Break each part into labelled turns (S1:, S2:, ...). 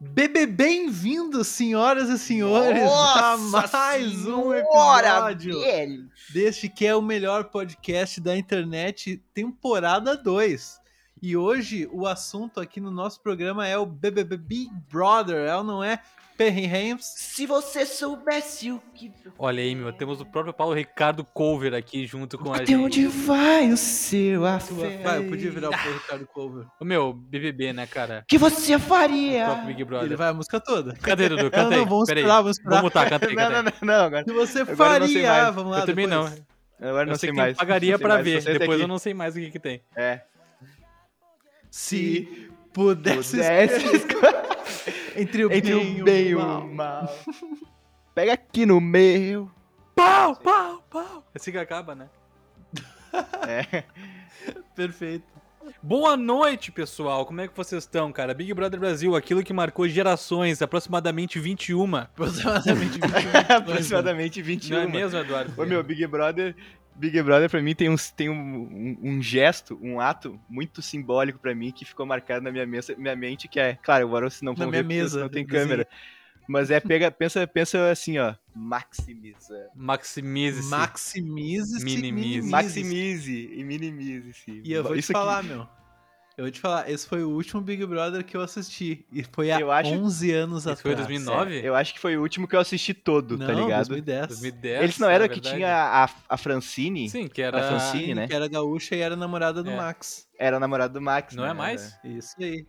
S1: Bebê, bem-vindos, senhoras e senhores,
S2: Nossa
S1: a mais um
S2: senhora,
S1: episódio
S2: velho.
S1: deste que é o melhor podcast da internet, temporada 2. E hoje o assunto aqui no nosso programa é o BBB Big Brother, é ou não é? Perry Hames.
S2: Se você soubesse o que.
S3: Olha aí, meu, temos o próprio Paulo Ricardo Cover aqui junto com a
S2: Até
S3: gente.
S2: onde vai o seu afeto?
S1: Vai, eu podia virar o Paulo Ricardo Cover.
S3: Ô, meu, BBB, né, cara?
S2: Que você
S3: O
S4: Ah,
S2: faria?
S3: próprio Big
S1: Ele
S3: Brother.
S1: vai a música toda.
S3: Cadê, Dudu?
S1: Não,
S3: Canta aí.
S1: não, vamos
S3: Peraí.
S1: esperar, vamos esperar.
S3: Vamos mutar, canta aí,
S4: Não,
S3: canta
S4: não,
S3: aí.
S4: não, não, agora,
S1: Se você
S4: Agora eu não sei
S1: faria,
S4: mais.
S1: vamos lá.
S3: Eu também
S1: depois.
S3: não.
S4: agora
S3: Eu
S4: não
S3: sei
S4: sei
S3: que
S4: mais.
S3: eu pagaria
S4: não sei
S3: pra
S4: mais,
S3: ver.
S4: só sei
S3: Depois
S4: daqui.
S3: eu não sei mais o que que tem.
S4: É.
S1: Se pudesse
S4: Desce
S1: entre o
S4: entre
S1: bem e
S4: o bem e
S1: o
S4: o
S1: mal.
S4: mal. Pega aqui no meio.
S3: Pau, pau, pau. Assim que acaba, né?
S4: É.
S1: Perfeito.
S3: Boa noite, pessoal. Como é que vocês estão, cara? Big Brother Brasil, aquilo que marcou gerações, aproximadamente 21. Não
S1: Aproximadamente 21
S4: Aproximadamente 21.
S3: é mesmo, Eduardo?
S4: Ô, meu, Big Brother... Big Brother, pra mim, tem, uns, tem um, um- um gesto, um ato muito simbólico pra mim, que ficou marcado na minha, mesa, minha mente, que é, claro, agora vocês não
S1: Na
S4: vão
S1: minha
S4: ver porque
S1: mesa,
S4: não tem
S1: desenho.
S4: câmera. Mas é, pega, pensa, pensa assim, ó, maximiza.
S3: Maximize-se.
S1: Maximize,
S3: Minimize.
S1: minimize.
S4: Maximize e minimize-se.
S1: E eu vou
S4: Isso
S1: te
S4: aqui-
S1: falar, meu. Eu vou te falar, esse foi o último Big Brother que eu assisti. E foi há
S4: Eu acho-
S1: 11 anos
S3: Isso
S1: atrás.
S3: foi em 2009?
S4: Eu acho que foi o último que eu assisti todo,
S1: Não,
S4: tá ligado?
S1: 2010.
S3: 2010.
S4: Eles não eram
S3: é
S4: que
S3: verdade.
S4: tinha a, a Francine,
S3: Sim, que era.
S4: a Francine.
S1: Sim,
S4: né?
S1: Que era gaúcha e era namorada do
S3: É.
S1: Max.
S4: era a namorada do Max.
S3: Não
S4: né?
S3: é mais?
S1: Isso aí.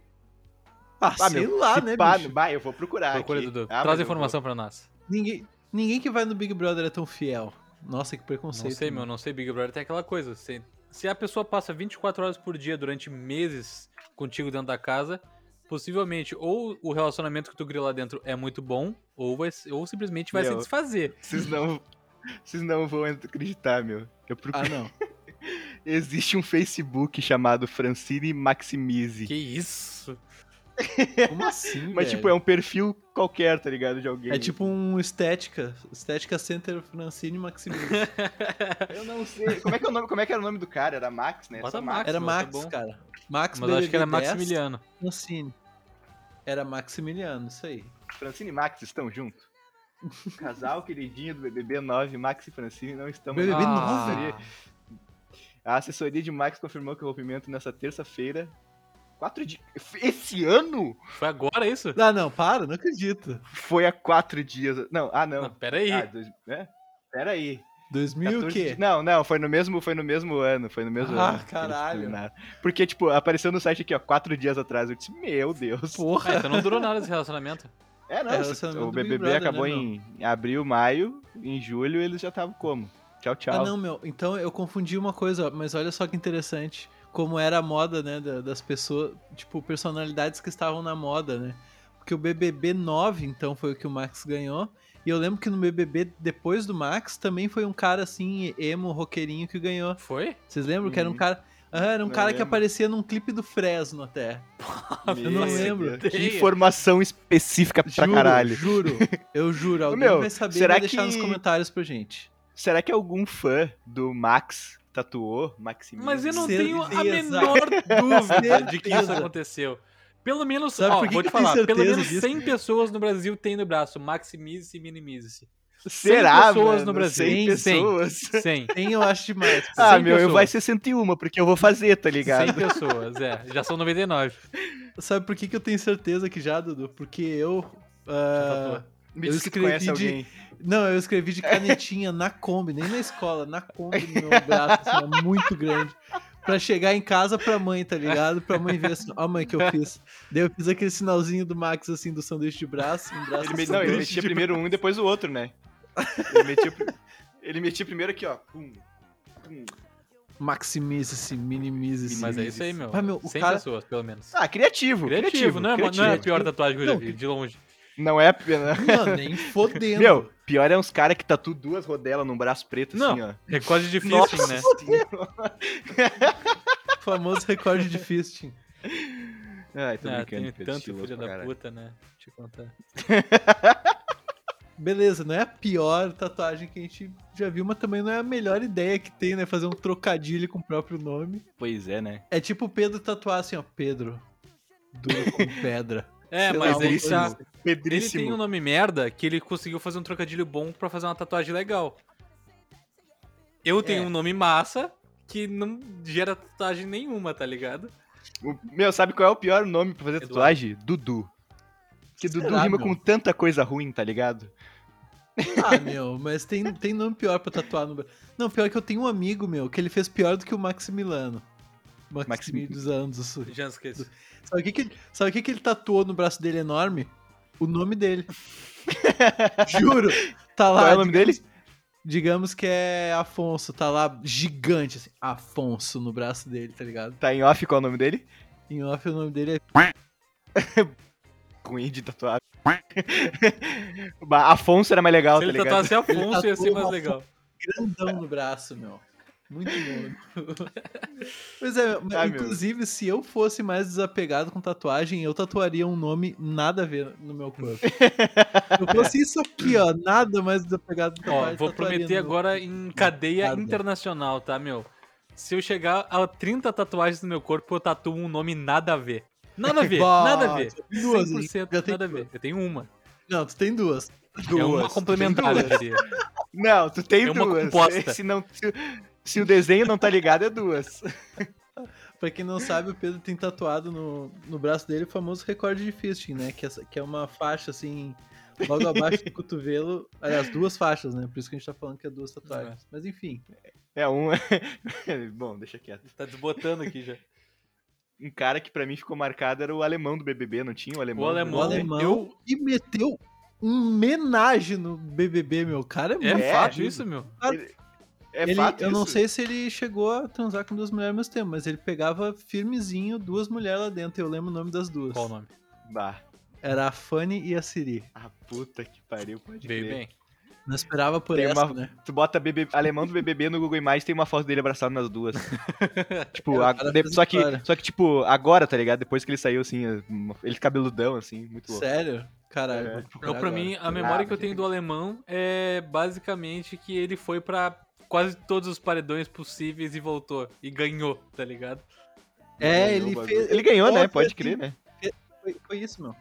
S1: Ah,
S4: Ah,
S1: sei
S4: meu,
S1: lá,
S4: se
S1: né,
S4: pá,
S1: bicho?
S4: bah, eu vou procurar
S3: Procura,
S4: aqui.
S3: Dudu.
S4: Ah, mas
S3: Traz a
S4: eu vou-
S3: informação pra nós.
S1: Ninguém, ninguém que vai no Big Brother é tão fiel. Nossa, que preconceito.
S3: Não sei, meu,
S4: né?
S1: mano.
S3: não sei. Big Brother tem aquela coisa. Se, se a pessoa passa 24 horas por dia durante meses contigo dentro da casa, possivelmente ou o relacionamento que tu cria lá dentro é muito bom, ou, vai, se- ou simplesmente vai se
S4: Meu.
S3: desfazer.
S4: Vocês não, vocês não vão acreditar, meu. Eu
S1: Ah,
S4: procuro...
S1: não.
S4: Existe um Facebook chamado Francine Maximize.
S3: Que isso?
S1: Como assim,
S4: Mas,
S1: velho?
S4: tipo, é um perfil qualquer, tá ligado? De alguém.
S1: É tipo um estética. Estética Center Francine Maximiliano.
S4: Eu não sei. Como é que, é o nome, como é que era o nome do cara? Era Max, né?
S3: Bota
S4: Só
S3: Max.
S1: Era
S3: Nossa,
S1: Max,
S3: bom.
S1: cara. Max
S3: Mas eu acho que era
S4: é
S1: BBB 10,
S3: Maximiliano.
S1: Francine. Era Maximiliano, isso aí.
S4: Francine e Max estão juntos? Casal queridinho do BBB 9, Max e Francine não estão
S1: BBB
S4: mais.
S1: nossa.
S4: Assessoria- A assessoria de Max confirmou que o rompimento nessa terça-feira. 4 de. Esse ano?
S3: Foi agora isso?
S1: Ah, não, para, não acredito.
S4: Foi há 4 dias. Não, ah, não.
S3: Não, pera aí.
S4: Ah, dois... né? Pera aí.
S1: 2000 o
S4: 14
S1: quê?
S4: de- Não, não, foi no mesmo, foi no mesmo ano, foi no mesmo
S1: Ah,
S4: ano. que eles
S1: caralho.
S4: terminaram. Porque tipo, apareceu no site aqui, ó, 4 dias atrás, eu disse: "Meu Deus".
S1: Porra.
S3: Ah, então não durou nada esse relacionamento.
S4: É, não.
S1: É,
S4: se-
S1: relacionamento
S4: o
S1: do Big
S4: BBB
S1: Brother,
S4: acabou
S1: né,
S4: em abril, maio, em julho eles já estavam como? Tchau, tchau.
S1: Ah, não, meu. Então eu confundi uma coisa, ó, mas olha só que interessante. Como era a moda, né, da- das pessoas, tipo, personalidades que estavam na moda, né? Porque o BBB 9, então, foi o que o Max ganhou. E eu lembro que no BBB, depois do Max, também foi um cara, assim, emo, roqueirinho, que ganhou.
S3: Foi?
S1: Vocês lembram que era um
S4: Uhum.
S1: cara... Ah, era um
S4: Eu
S1: cara que
S4: lembro.
S1: aparecia num clipe do Fresno, até.
S4: Meu
S1: eu não
S4: Deus.
S1: lembro.
S4: Que informação específica pra
S1: juro,
S4: caralho.
S1: juro. Eu juro. Alguém
S4: meu,
S1: vai saber e
S4: será
S1: vai deixar
S4: que-
S1: nos comentários pra gente.
S4: Será que algum fã do Max tatuou Maximiliano?
S3: Mas eu não
S1: Certeza.
S3: tenho a menor dúvida de que isso
S1: Certeza.
S3: aconteceu. Pelo menos,
S1: Sabe
S3: ó,
S1: por que
S3: vou
S1: que
S3: te
S1: eu tenho
S3: falar, pelo
S1: certeza
S3: menos
S1: disso?
S3: 100 pessoas no Brasil tem no braço. Maximize-se e minimize-se.
S4: Será,
S3: pessoas
S4: mano?
S3: no Brasil. Cem,
S4: 100
S3: cem.
S4: pessoas.
S3: 100.
S1: Tem, eu acho demais.
S4: Ah,
S3: Cem
S4: meu, eu
S3: pessoas.
S4: vai 61, porque eu vou fazer, tá
S3: 100
S4: ligado?
S3: pessoas, é. Já são 99.
S1: Sabe por que, que eu tenho certeza que já, Dudu? Porque eu. ah,
S4: Me
S1: Eu
S4: diz que tu
S1: escrevi
S4: conhece
S1: de-
S4: alguém.
S1: não, eu escrevi de canetinha na Kombi, nem na escola, na Kombi no meu braço, assim, ó, muito grande. Pra chegar em casa pra mãe, tá ligado? Pra mãe ver assim, ó, mãe, que eu fiz. Daí eu fiz aquele sinalzinho do Max, assim, do sanduíche de braço, um braço
S4: Ele me-
S1: de
S4: Não, ele
S1: sanduíche
S4: metia
S1: de
S4: primeiro um e depois o outro, né? Ele metia, pri- ele metia primeiro aqui, ó. Pum. Pum.
S1: braço. Maximize-se, minimize-se.
S3: Mas é
S4: Minimize-se.
S3: isso aí, meu.
S1: Mas, meu, o
S3: 100
S1: cara-
S3: pessoas, pelo menos.
S4: Ah, criativo.
S3: Criativo,
S4: Criativo,
S3: não, é,
S4: criativo.
S3: não é a pior tatuagem que eu já
S1: Não,
S3: vi, de longe.
S4: Não é. não-
S1: Mano, nem fodendo.
S4: Meu, pior é uns caras que tatuam duas rodelas num braço preto, assim,
S3: Não.
S4: ó.
S3: É quase difícil, né?
S4: senhora.
S1: famoso recorde de fisting.
S4: Ai, tô
S3: Ah,
S4: brincando.
S3: tem
S4: Pedro,
S3: tanto
S4: estiloso
S3: filho
S4: pra
S3: da
S4: caralho.
S3: puta, né? Deixa eu te contar.
S1: Beleza, não é a pior tatuagem que a gente já viu, mas também não é a melhor ideia que tem, né? Fazer um trocadilho com o próprio nome.
S4: Pois é, né?
S1: É tipo o Pedro tatuar assim, ó, Pedro, duro como pedra.
S3: É,
S1: Sei
S3: mas
S1: lá,
S3: ele,
S1: uma
S3: tá-
S1: coisa-
S3: ele tem um
S4: Pedríssimo.
S3: nome merda que ele conseguiu fazer um trocadilho bom pra fazer uma tatuagem legal. Eu tenho
S1: É.
S3: um nome massa que não gera tatuagem nenhuma, tá ligado?
S4: O- Meu, sabe qual é o pior nome pra fazer
S3: um Eduardo.
S4: tatuagem? Dudu. Que Dudu
S1: Será,
S4: rima
S1: meu?
S4: com tanta coisa ruim, tá ligado?
S1: Ah, meu, mas tem, tem nome pior pra tatuar no braço. Não, pior que eu tenho um amigo, meu, que ele fez pior do que o Maximiliano. Maximiliano dos Anjos.
S3: Já esqueci.
S1: Sabe o que, que, ele- sabe o que, que ele tatuou no braço dele enorme? O nome dele. Juro. Tá lá.
S4: Qual é o nome dele?
S1: Digamos que é Afonso, tá lá gigante, assim, Afonso no braço dele, tá ligado?
S4: Tá em off qual é o nome dele?
S1: Em off o nome dele é.
S4: Ruim de tatuagem. Bah, Afonso era mais legal,
S3: Se
S4: tá
S3: ele
S4: ligado?
S3: tatuasse Afonso,
S1: Ele
S3: ia ser
S1: tatuou
S3: mais
S1: uma
S3: legal.
S1: grandão no braço, meu. Muito bom. pois é, mas,
S4: Ah, meu.
S1: inclusive, se eu fosse mais desapegado com tatuagem, eu tatuaria um nome nada a ver no meu corpo. eu fosse isso aqui, ó, nada mais desapegado com tatuagem.
S3: Ó, vou
S1: tatuaria
S3: prometer
S1: no-
S3: agora em cadeia
S1: Nada.
S3: internacional, tá, meu? Se eu chegar a 30 tatuagens no meu corpo, eu tatuo um nome nada a ver. Nada a ver,
S1: Bah,
S3: é nada a ver.
S1: já tem duas,
S3: 100%
S1: já tem
S3: nada a ver. Eu tenho uma.
S1: Não, tu tem duas.
S3: é uma
S4: Duas.
S3: complementar, eu diria.
S4: Não, tu tem
S3: É uma
S4: duas.
S3: composta.
S4: Se, não, se, se o desenho não tá ligado, é duas.
S1: Pra quem não sabe, o Pedro tem tatuado no, no braço dele o famoso recorde de fisting, né? Que é, essa- que é uma faixa assim, logo abaixo do cotovelo. Aliás, duas faixas, né? Por isso que a gente tá falando que é duas tatuagens. Mas enfim.
S4: É um. Bom, deixa quieto.
S3: Tá desbotando aqui já.
S4: Um cara que pra mim ficou marcado era o alemão do BBB, não tinha o alemão?
S3: O
S4: do
S3: alemão,
S1: o
S4: BBB?
S1: alemão
S3: eu-
S1: e meteu um homenagem no BBB, meu. O cara é
S3: É,
S1: muito
S4: É,
S3: fato
S1: fudido.
S3: isso, meu.
S4: É
S1: Ele-
S4: fato
S1: eu não
S4: isso?
S1: sei se ele chegou a transar com duas mulheres ao mesmo tempo, mas ele pegava firmezinho duas mulheres lá dentro. Eu lembro o nome das duas.
S3: Qual o nome?
S4: Bah,
S1: Era a Fanny e a Siri.
S4: a puta que pariu, pode
S3: Veio
S4: crer.
S3: bem.
S1: Não esperava por
S4: Tem
S1: essa,
S4: uma-
S1: né?
S4: Tu bota BBB, alemão do BBB no Google Imagens, tem uma foto dele abraçado nas duas. tipo,
S1: É, o
S4: a-
S1: cara
S4: de-
S1: fez
S4: só, que,
S1: história.
S4: só que, tipo, agora, tá ligado? Depois que ele saiu, assim, ele cabeludão, assim, muito louco.
S1: Sério? Caralho.
S4: É.
S1: vou procurar
S3: Eu, pra
S1: agora. Ah,
S3: mim, a memória que eu
S4: mas
S3: tenho
S4: é
S3: do alemão é basicamente que ele foi pra quase todos os paredões possíveis e voltou. E ganhou, tá ligado?
S1: É,
S4: Ganhou o
S1: ele
S4: bagulho.
S1: fez.
S4: Ele ganhou, né?
S1: Nossa,
S4: Pode
S1: assim,
S4: crer, né?
S1: Foi, foi isso, meu.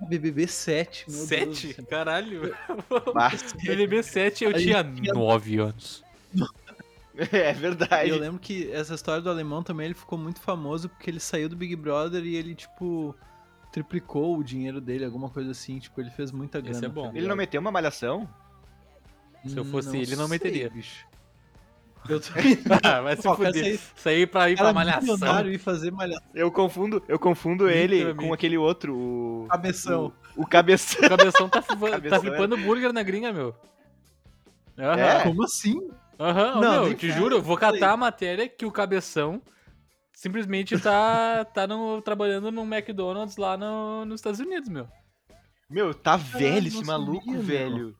S1: BBB 7, meu Deus do
S3: Sete?
S1: céu.
S3: Caralho.
S4: Mas-
S3: BBB 7 eu
S1: A gente
S3: tinha
S1: tinha-
S3: 9 anos.
S4: é
S1: E
S4: verdade.
S1: eu lembro que essa história do alemão também ele ficou muito famoso porque ele saiu do Big Brother e ele, tipo, triplicou o dinheiro dele, alguma coisa assim. Tipo, ele fez muita
S3: Esse
S1: grana.
S3: é bom.
S1: tá
S4: Ele não
S1: ligado?
S4: meteu uma malhação?
S3: Se eu fosse ele, não
S1: sei,
S3: meteria.
S1: bicho. Eu também.
S3: Ah, vai se
S1: Pô, cara,
S3: fuder.
S1: sair-
S3: Saí pra ir pra
S1: cara
S3: malhação.
S1: milionário e fazer malhação.
S4: Eu confundo, eu confundo ele
S3: Literalmente.
S4: com aquele outro, o,
S1: Cabeção.
S4: o cabeção.
S3: O cabeção tá, flipa- tá
S4: Cabeção
S1: né?
S3: flipando burger na gringa, meu. Aham.
S4: É?
S1: Como assim?
S3: Aham,
S1: Não,
S3: meu,
S1: nem
S3: te
S1: fala,
S3: juro, eu vou
S1: fala
S3: catar
S1: aí.
S3: a matéria que o cabeção simplesmente tá, tá no, trabalhando num McDonald's lá no- nos Estados Unidos, meu.
S4: Meu, tá velho esse
S1: não
S4: maluco,
S1: sabia, meu.
S4: velho.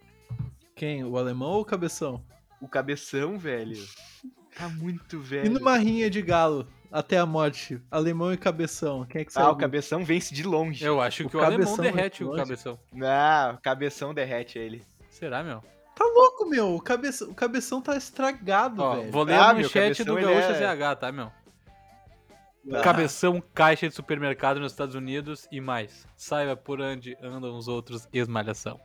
S1: Quem? O alemão ou o cabeção?
S4: O cabeção, velho. Tá muito velho.
S1: E numa rinha de galo, até a morte, alemão e cabeção, quem é que
S4: Ah, o
S1: saiu?
S4: cabeção vence de longe.
S3: Eu acho
S1: O
S3: que o alemão
S1: cabeção é
S3: derrete o
S1: muito
S3: cabeção.
S4: Não, o cabeção derrete ele.
S3: Será, meu?
S1: Tá louco, meu, o cabeção, o cabeção tá estragado,
S3: Ó,
S1: velho.
S3: vou ler
S4: Ah,
S3: a
S4: meu,
S3: manchete do
S4: cabeção, ele
S3: Gaúcha
S4: é-
S3: ZH, tá, meu?
S1: Ah,
S3: Cabeção, caixa de supermercado nos Estados Unidos e mais. Saiba por onde andam os outros esmalhação.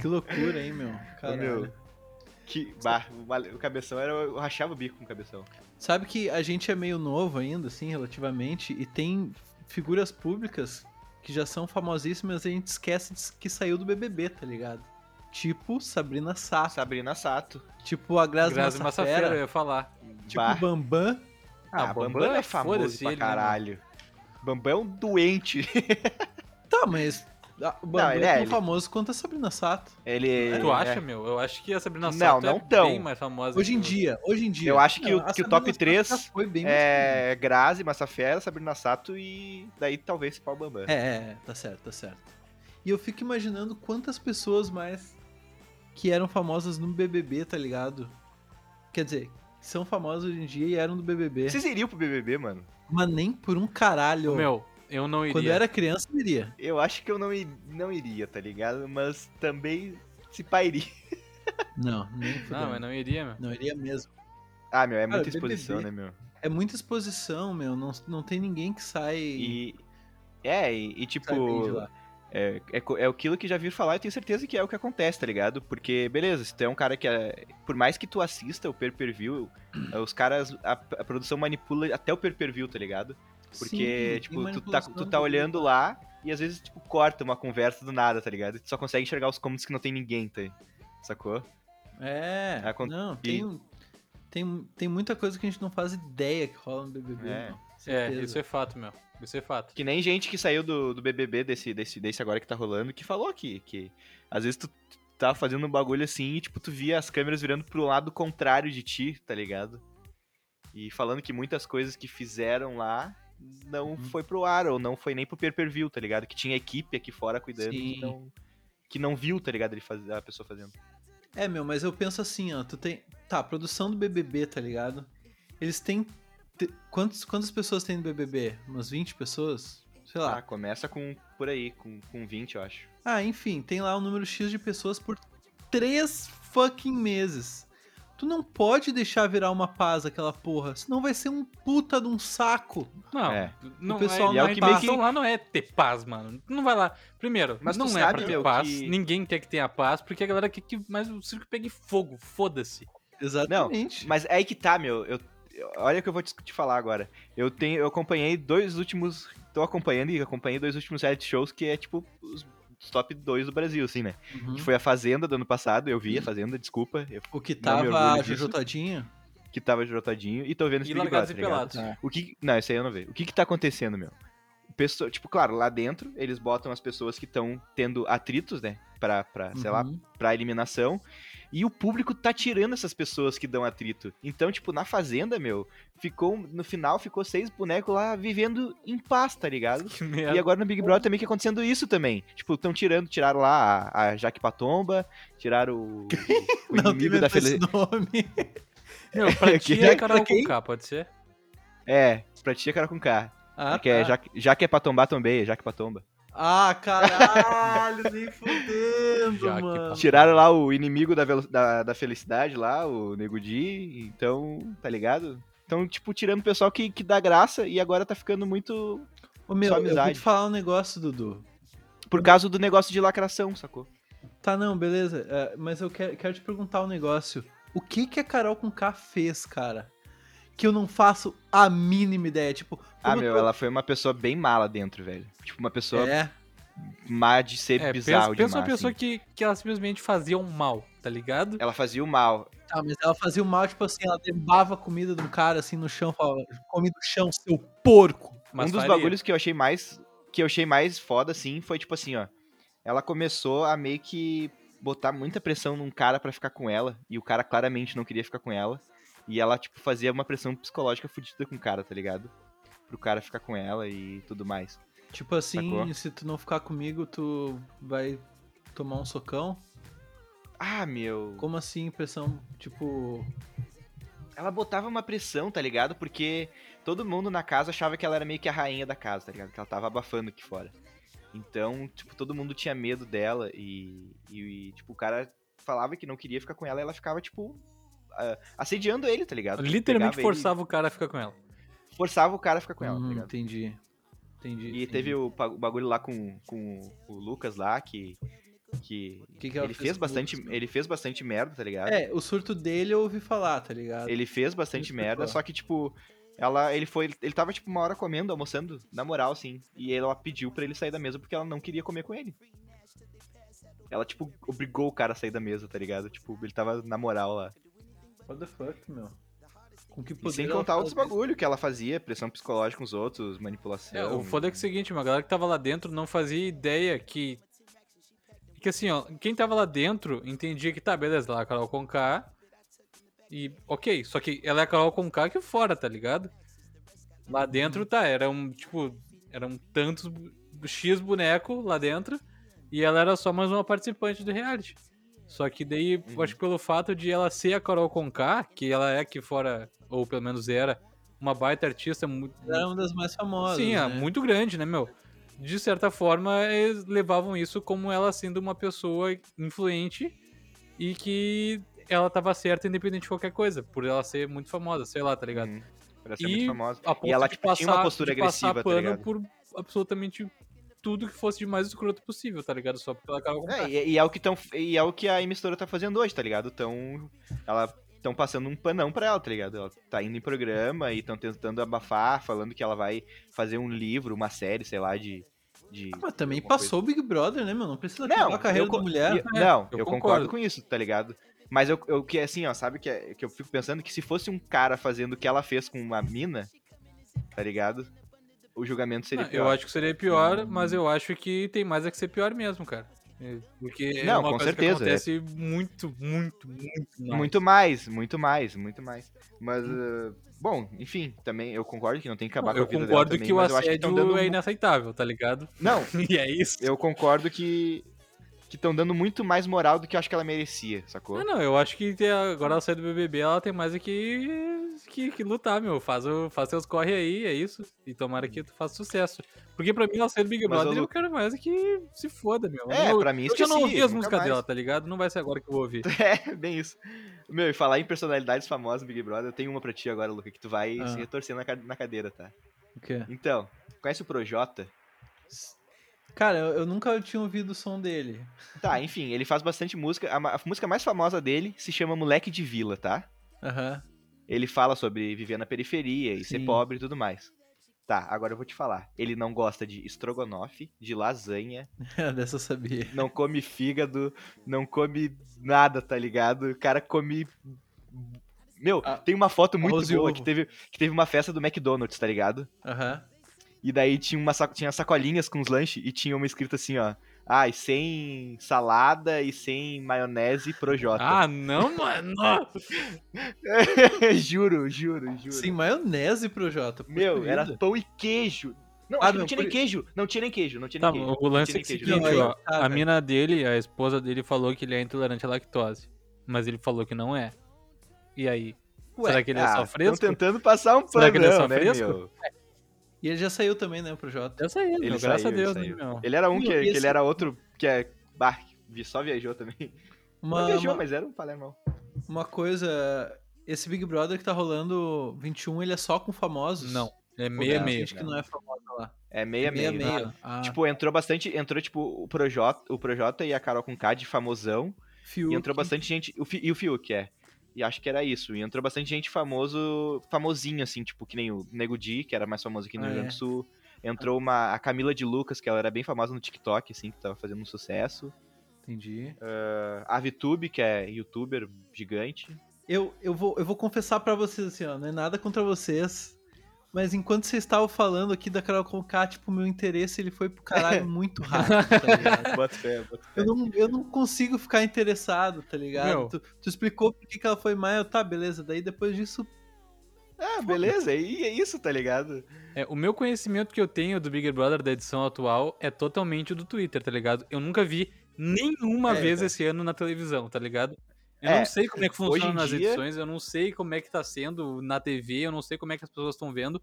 S1: Que loucura, hein, meu. Caralho.
S4: Meu. Que, bah, o vale- o cabeção era. Eu rachava o bico com o cabeção.
S1: Sabe que a gente é meio novo ainda, assim, relativamente, e tem figuras públicas que já são famosíssimas e a gente esquece de- que saiu do BBB, tá ligado? Tipo Sabrina
S3: Ah.
S4: A
S1: Sato,
S4: Sabrina Sato.
S1: tipo a Grazi,
S3: Grazi Massafera, eu
S1: Massafera,
S3: ia falar.
S1: tipo o Bambam.
S4: Ah,
S3: Ah,
S4: Bambam,
S3: Bambam,
S4: é famoso
S3: foda-se
S4: pra
S3: ele, né, mano?
S4: caralho. Bambam é um doente.
S1: Tá, mas ah, o Bambam
S4: ele
S1: é
S4: é
S1: tão
S4: ele.
S1: famoso quanto a Sabrina Sato.
S4: Ele.
S3: Tu acha,
S4: é.
S3: meu? Eu acho que a Sabrina
S4: Não,
S3: Sato é
S4: não tão.
S3: bem mais famosa.
S1: Hoje em
S3: que o-
S1: dia, hoje em dia.
S4: Eu acho que
S1: Não,
S4: o-
S1: a
S4: que o
S1: Sabrina
S4: top
S1: Sato
S4: três
S1: já foi bem mais
S4: É Grazi, Massafera, Sabrina Sato e daí talvez Pau Bambam.
S1: É, é, tá certo, tá certo. E eu fico imaginando quantas pessoas mais que eram famosas no BBB, tá ligado? Quer dizer, que são famosas hoje em dia e eram do BBB.
S4: Vocês iriam pro BBB, mano?
S1: Mas nem por um caralho.
S3: Meu, eu não iria.
S1: Quando eu era criança, eu iria.
S4: Eu acho que eu não, i- não iria, tá ligado? Mas também se pá iria.
S1: Não, nem fudendo.
S3: Não,
S1: Não,
S3: mas não iria, meu.
S1: iria mesmo.
S4: Ah, meu, é
S1: Cara,
S4: muita
S1: BBB.
S4: exposição, né, meu?
S1: É muita exposição, meu. Não, não tem ninguém que sai
S4: E É, e, e
S1: Sai bem de
S4: tipo.
S1: lá.
S4: É, é, co- é aquilo que já vi falar e tenho certeza que é o que acontece, tá ligado? Porque, beleza, se tu é um cara que. É, por mais que tu assista o pay-per-view, eh, os caras. A, a produção manipula até o pay-per-view, tá ligado? Porque,
S1: Sim, e
S4: tipo, tu tá,
S1: manipulação né?
S4: tu
S1: do público.
S4: tá olhando lá e às vezes, tipo, corta uma conversa do nada, tá ligado? Tu só consegue enxergar os cômodos que não tem ninguém, tá? Sacou?
S1: É.
S4: Acon-
S1: Não,
S4: e-
S1: tem, tem, tem muita coisa que a gente não faz ideia que rola no BBB.
S4: É.
S1: não.
S3: É,
S1: Certeza.
S3: isso é fato, meu. Isso é fato.
S4: Que nem gente que saiu do, do BBB desse, desse, desse agora que tá rolando, que falou que, que às vezes tu tá fazendo um bagulho assim e, tipo, tu via as câmeras virando pro lado contrário de ti, tá ligado? E falando que muitas coisas que fizeram lá não foi pro ar, ou não foi nem pro pay-per-view, tá ligado? Que tinha equipe aqui fora cuidando que
S1: Sim.
S4: não, que não viu, tá ligado? Ele faz, a pessoa fazendo.
S1: É, meu, mas eu penso assim, ó, tu tem. Tá, a produção do BBB, tá ligado? Eles têm. te- Quantos, quantas pessoas tem no BBB? Umas 20 pessoas? Sei
S4: Ah,
S1: lá.
S4: começa com por aí, com, com 20, eu acho.
S1: Ah, enfim, tem lá um número X de pessoas por três fucking meses. Tu não pode deixar virar uma paz aquela porra, senão vai ser um puta de um saco.
S3: Não,
S4: É.
S3: não
S1: O pessoal
S3: é,
S1: lá
S3: não
S1: é
S3: é
S1: que
S3: paz.
S1: meio que-
S3: Então lá não é ter paz, mano. Não vai lá. Primeiro,
S4: Mas tu
S3: não é
S4: sabe,
S3: pra ter
S4: meu,
S3: paz.
S4: que-
S3: Ninguém quer que tenha paz, porque a galera quer que mais o circo pegue fogo. Foda-se.
S1: Exatamente.
S4: Mas é aí que tá, meu. Eu, eu- olha o que eu vou te, te falar agora. Eu tenho, eu acompanhei dois últimos. Tô acompanhando e acompanhei dois últimos reality shows que é tipo os, os top dois do Brasil, assim, né?
S1: Uhum.
S4: Que foi a Fazenda do ano passado, eu vi a Fazenda, desculpa, eu,
S1: O que
S4: Não me
S1: tava
S4: orgulho
S1: a Jojo
S4: disso.
S1: Todinho?
S4: que tava jotadinho, e tô vendo esse
S3: E
S4: Big
S3: largados
S4: Brother,
S3: e
S4: tá ligado?
S3: pelados.
S1: Tá.
S4: O que. Não, isso aí eu não vejo. O que que tá acontecendo, meu? Pessoa, tipo, claro, lá dentro eles botam as pessoas que estão tendo atritos, né? Pra, pra sei lá,
S1: Uhum.
S4: pra eliminação. E o público tá tirando essas pessoas que dão atrito. Então, tipo, na fazenda, meu, ficou no final ficou seis bonecos lá vivendo em paz, tá ligado?
S3: Que merda.
S4: E agora no Big Brother também que acontecendo isso também. Tipo, estão tirando, tiraram lá a, a Jaque Patomba, tiraram o, o
S1: Não,
S4: inimigo da É
S1: esse
S4: felicidade.
S1: nome.
S3: Meu, pra
S4: Que-
S3: ti é
S4: pra
S3: Carol
S4: quem?
S3: com K, pode ser?
S4: É, pra tia cara com K.
S1: Ah,
S4: que é Jaque, Jaque é pra tombar também, é Jaque Patomba.
S1: Ah, caralho, nem fudendo,
S3: Já que
S1: mano.
S4: Tiraram lá o inimigo da, velo- da, da felicidade lá, o Nego Di, então, tá ligado? Então, tipo, tirando o pessoal que, que dá graça e agora tá ficando muito
S1: Ô, meu,
S4: Só
S1: eu vou
S4: amizade.
S1: te falar um negócio, Dudu.
S4: Por causa do negócio de lacração, sacou?
S1: Tá, não, beleza. é, mas eu quero, quero te perguntar um negócio. O que que a Carol com K fez, cara? Que eu não faço a mínima ideia. Tipo,
S4: Ah,
S1: como
S4: meu,
S1: tu-
S4: ela foi uma pessoa bem mala dentro, velho. Tipo, uma pessoa
S1: É,
S4: má de ser
S3: É, pensa,
S4: bizarro
S3: pensa uma
S4: demais.
S3: pessoa
S4: assim. É,
S3: que, que ela simplesmente fazia um mal, tá ligado?
S4: Ela fazia o mal.
S1: tá, mas ela fazia o mal, tipo assim, ela debava a comida de um cara assim no chão, falava, come do chão, seu porco.
S3: Mas
S4: um dos
S3: faria.
S4: bagulhos que eu achei mais. Que eu achei mais foda, assim, foi tipo assim, ó. Ela começou a meio que botar muita pressão num cara pra ficar com ela. E o cara claramente não queria ficar com ela. E ela, tipo, fazia uma pressão psicológica fodida com o cara, tá ligado? Pro cara ficar com ela e tudo mais.
S1: Tipo assim,
S4: Sacou?
S1: se tu não ficar comigo, tu vai tomar um socão.
S4: Ah, meu.
S1: Como assim, pressão, tipo,
S4: Ela botava uma pressão, tá ligado? Porque todo mundo na casa achava que ela era meio que a rainha da casa, tá ligado? Que ela tava abafando aqui fora. Então, tipo, todo mundo tinha medo dela e, e, e, tipo, o cara falava que não queria ficar com ela e ela ficava, tipo, ah, assediando ele, tá ligado?
S3: Literalmente
S4: Pegava ele,
S3: forçava o cara a ficar com ela.
S4: forçava o cara a ficar com ela, tá
S1: Hum,
S4: ligado?
S1: Entendi. Entendi.
S4: E teve o pa- o bagulho lá com, com o Lucas lá, que, que
S1: o que que ela
S4: ele fez
S1: com o
S4: bastante,
S1: Lucas? né?
S4: ele fez bastante merda, tá ligado?
S1: É, o surto dele eu ouvi falar, tá ligado?
S4: Ele fez bastante
S1: Isso que eu ia
S4: merda,
S1: falar.
S4: só que, tipo, ela, ele foi. Ele tava, tipo, uma hora comendo, almoçando, na moral, assim. E ela pediu pra ele sair da mesa porque ela não queria comer com ele. Ela, tipo, obrigou o cara a sair da mesa, tá ligado? Tipo, ele tava na moral lá.
S1: What the fuck, meu? Com que
S4: E
S1: poder
S4: sem
S1: ela
S4: contar
S1: faz
S4: outros bagulho que ela fazia, pressão psicológica com os outros, manipulação.
S3: É, o foda é que é o seguinte, uma galera que tava lá dentro não fazia ideia que. Que assim, ó, quem tava lá dentro entendia que tá, beleza, ela é a Carol Conká. E ok, só que ela é a Carol Conká que fora, tá ligado? Lá dentro tá, era um, tipo, eram tantos bu- X boneco lá dentro e ela era só mais uma participante do reality. Só que daí, eu acho que pelo fato de ela ser a Carol Conká, que ela é aqui fora, ou pelo menos era, uma baita artista, muito,
S1: isso? Ela era É uma das mais famosas.
S3: Sim, é
S1: né?
S3: muito grande, né, meu? De certa forma, eles levavam isso como ela sendo uma pessoa influente e que ela tava certa independente de qualquer coisa, por ela ser muito famosa, sei lá, tá ligado?
S4: Uhum. Pra ser
S3: E
S4: muito famosa.
S3: A ponto
S4: ela,
S3: de
S4: tipo, tinha uma
S3: passar-
S4: postura
S3: de passar
S4: agressiva, tá
S3: pano
S4: ligado?
S3: por absolutamente tudo que fosse de mais escroto possível, tá ligado? Só porque ela acaba com
S4: É, e, e é o que tão, e é o que a emissora tá fazendo hoje, tá ligado? Tão, ela estão passando um panão pra ela, tá ligado? Ela tá indo em programa e estão tentando abafar, falando que ela vai fazer um livro, uma série, sei lá, de. de
S1: Ah, mas também né?
S4: alguma coisa.
S1: passou o Big Brother, né, meu? Não precisa acabar
S4: Não,
S1: a carreira
S4: eu co-
S1: da mulher.
S4: e- não,
S3: eu
S4: eu, concordo.
S3: concordo.
S4: com isso, tá ligado? Mas eu, eu que assim, ó, sabe que, é- que eu fico pensando que se fosse um cara fazendo o que ela fez com uma mina, tá ligado? O julgamento seria
S3: Ah,
S4: pior.
S3: Eu acho que seria pior, mas eu acho que tem mais a que ser pior mesmo, cara. É, Porque é
S4: Não,
S3: uma
S4: com
S3: coisa
S4: certeza, é.
S3: que acontece muito, muito, muito. mais.
S4: Muito mais, muito mais, muito mais. Mas, ah, bom, enfim, também eu concordo que não tem que acabar
S3: Eu
S4: com a vida
S3: concordo
S4: dela também,
S3: que o
S4: mas eu acho que
S3: assédio
S4: tão dando
S3: é
S4: mu-
S3: inaceitável, tá ligado?
S4: Não,
S3: E é isso.
S4: eu concordo que que estão dando muito mais moral do que eu acho que ela merecia, sacou?
S3: Ah, Não, não, eu acho que tem- agora ela sair do BBB, ela tem mais é que, que, que lutar, meu. Faz, o- faz seus corre aí, é isso. E tomara que tu faça sucesso. Porque pra mim, ela sair do Big
S4: Uhum. Mas, ô,
S3: Brother, eu
S4: Luca-
S3: quero mais é que se foda, meu.
S4: É,
S3: eu,
S4: pra mim,
S3: Eu já não
S4: esqueci,
S3: ouvi as
S4: nunca
S3: músicas
S4: mais.
S3: dela, tá ligado? Não vai ser agora que eu vou ouvir.
S4: É, bem isso. Meu, e falar em personalidades famosas, Big Brother, eu tenho uma pra ti agora, Luca, que tu vai
S1: Ah.
S4: se retorcer na, ca- na cadeira, tá?
S1: O quê?
S4: Então, conhece o Projota?
S1: Cara, eu, eu nunca tinha ouvido o som dele.
S4: Tá, enfim, ele faz bastante música. A, ma- a música mais famosa dele se chama Moleque de Vila, tá?
S1: Aham.
S4: Ele fala sobre viver na periferia e ser
S1: Sim.
S4: pobre e tudo mais. Tá, agora eu vou te falar. Ele não gosta de estrogonofe, de lasanha,
S1: Dessa eu sabia.
S4: não come fígado, não come nada, tá ligado? O cara come. Meu,
S1: Ah,
S4: tem uma foto muito
S1: arroz e
S4: boa
S1: ovo.
S4: que teve, que teve uma festa do McDonald's, tá ligado?
S1: Aham.
S4: E daí tinha, uma saco- tinha sacolinhas com os lanches e tinha uma escrita assim, ó. Ai, sem salada e sem maionese projota.
S3: Ah, não, mano!
S4: juro, juro, juro.
S1: Sim, maionese pro Jota. puxa
S4: Meu,
S1: vida.
S4: era pão e queijo. Não,
S1: Ah,
S4: acho que
S1: não,
S4: não tinha nem
S1: por-
S4: queijo. Não tinha nem queijo, não tinha
S3: Tá,
S4: nem
S3: mas
S4: queijo.
S3: o lance é o
S4: tinha nem queijo,
S3: seguinte,
S1: né?
S3: ó.
S1: Aí, tá,
S4: é
S3: a
S1: velho.
S3: mina dele, a esposa dele, falou que ele é intolerante à lactose. Mas ele falou que não é. E aí? será que ele é
S4: Ah,
S3: só
S4: tão
S3: fresco?
S4: tentando passar um
S3: Será que ele é
S4: panão,
S3: só
S4: né,
S3: fresco?
S4: meu?
S1: E ele já saiu também, né, pro Jota.
S3: Eu saí, é meu,
S4: Ele
S3: graças
S4: saiu,
S3: a Deus,
S4: ele
S3: né, meu?
S4: Ele era um que,
S1: Meu, e
S4: que
S1: esse-
S4: ele era outro que é... Bah, vi- só viajou também. não
S1: Uma,
S4: viajou,
S1: uma,
S4: mas era um palermão.
S1: uma coisa. Esse Big Brother que tá rolando 21, ele é só com famosos?
S3: Não, é
S1: Meia,
S3: meia,
S1: meia.
S3: meia.
S1: Gente que não é famosa lá.
S4: É meia-meia. né?
S1: meia. Ah,
S4: Tipo, entrou bastante... Entrou, tipo, o Projota, o Projota e a Carol com K de famosão.
S1: Fiuk.
S4: E entrou bastante gente... O Fi- e o Fiuk, é. E acho que era isso. E entrou bastante gente famoso... Famosinho, assim. Tipo, que nem o Nego Di, que era mais famoso aqui
S1: Ah,
S4: no Rio
S1: é.
S4: Grande do Sul. Entrou uma, a Camila de Lucas, que ela era bem famosa no TikTok, assim, que tava fazendo um sucesso.
S1: Entendi.
S4: A Vitube, que é youtuber gigante.
S1: Eu, eu, vou, eu vou confessar pra vocês assim, ó, não é nada contra vocês. Mas enquanto vocês estavam falando aqui da Carol Conká, tipo, meu interesse ele foi pro caralho muito rápido, tá ligado?
S4: Bota fé, bota
S1: Eu não, eu não consigo ficar interessado, tá
S3: Meu.
S1: ligado? Tu, tu explicou por que, que ela foi má, eu, tá, beleza. Daí depois disso,
S4: Ah, beleza, e é isso, tá ligado?
S3: É, o meu conhecimento que eu tenho do Big Brother da edição atual é totalmente do Twitter, tá ligado? Eu nunca vi nenhuma
S4: É,
S3: vez
S4: cara.
S3: esse ano na televisão, tá ligado? Eu
S4: É,
S3: não sei como é que
S4: hoje
S3: funciona
S4: em
S3: nas
S4: dia-
S3: edições, eu não sei como é que tá sendo na TV, eu não sei como é que as pessoas estão vendo.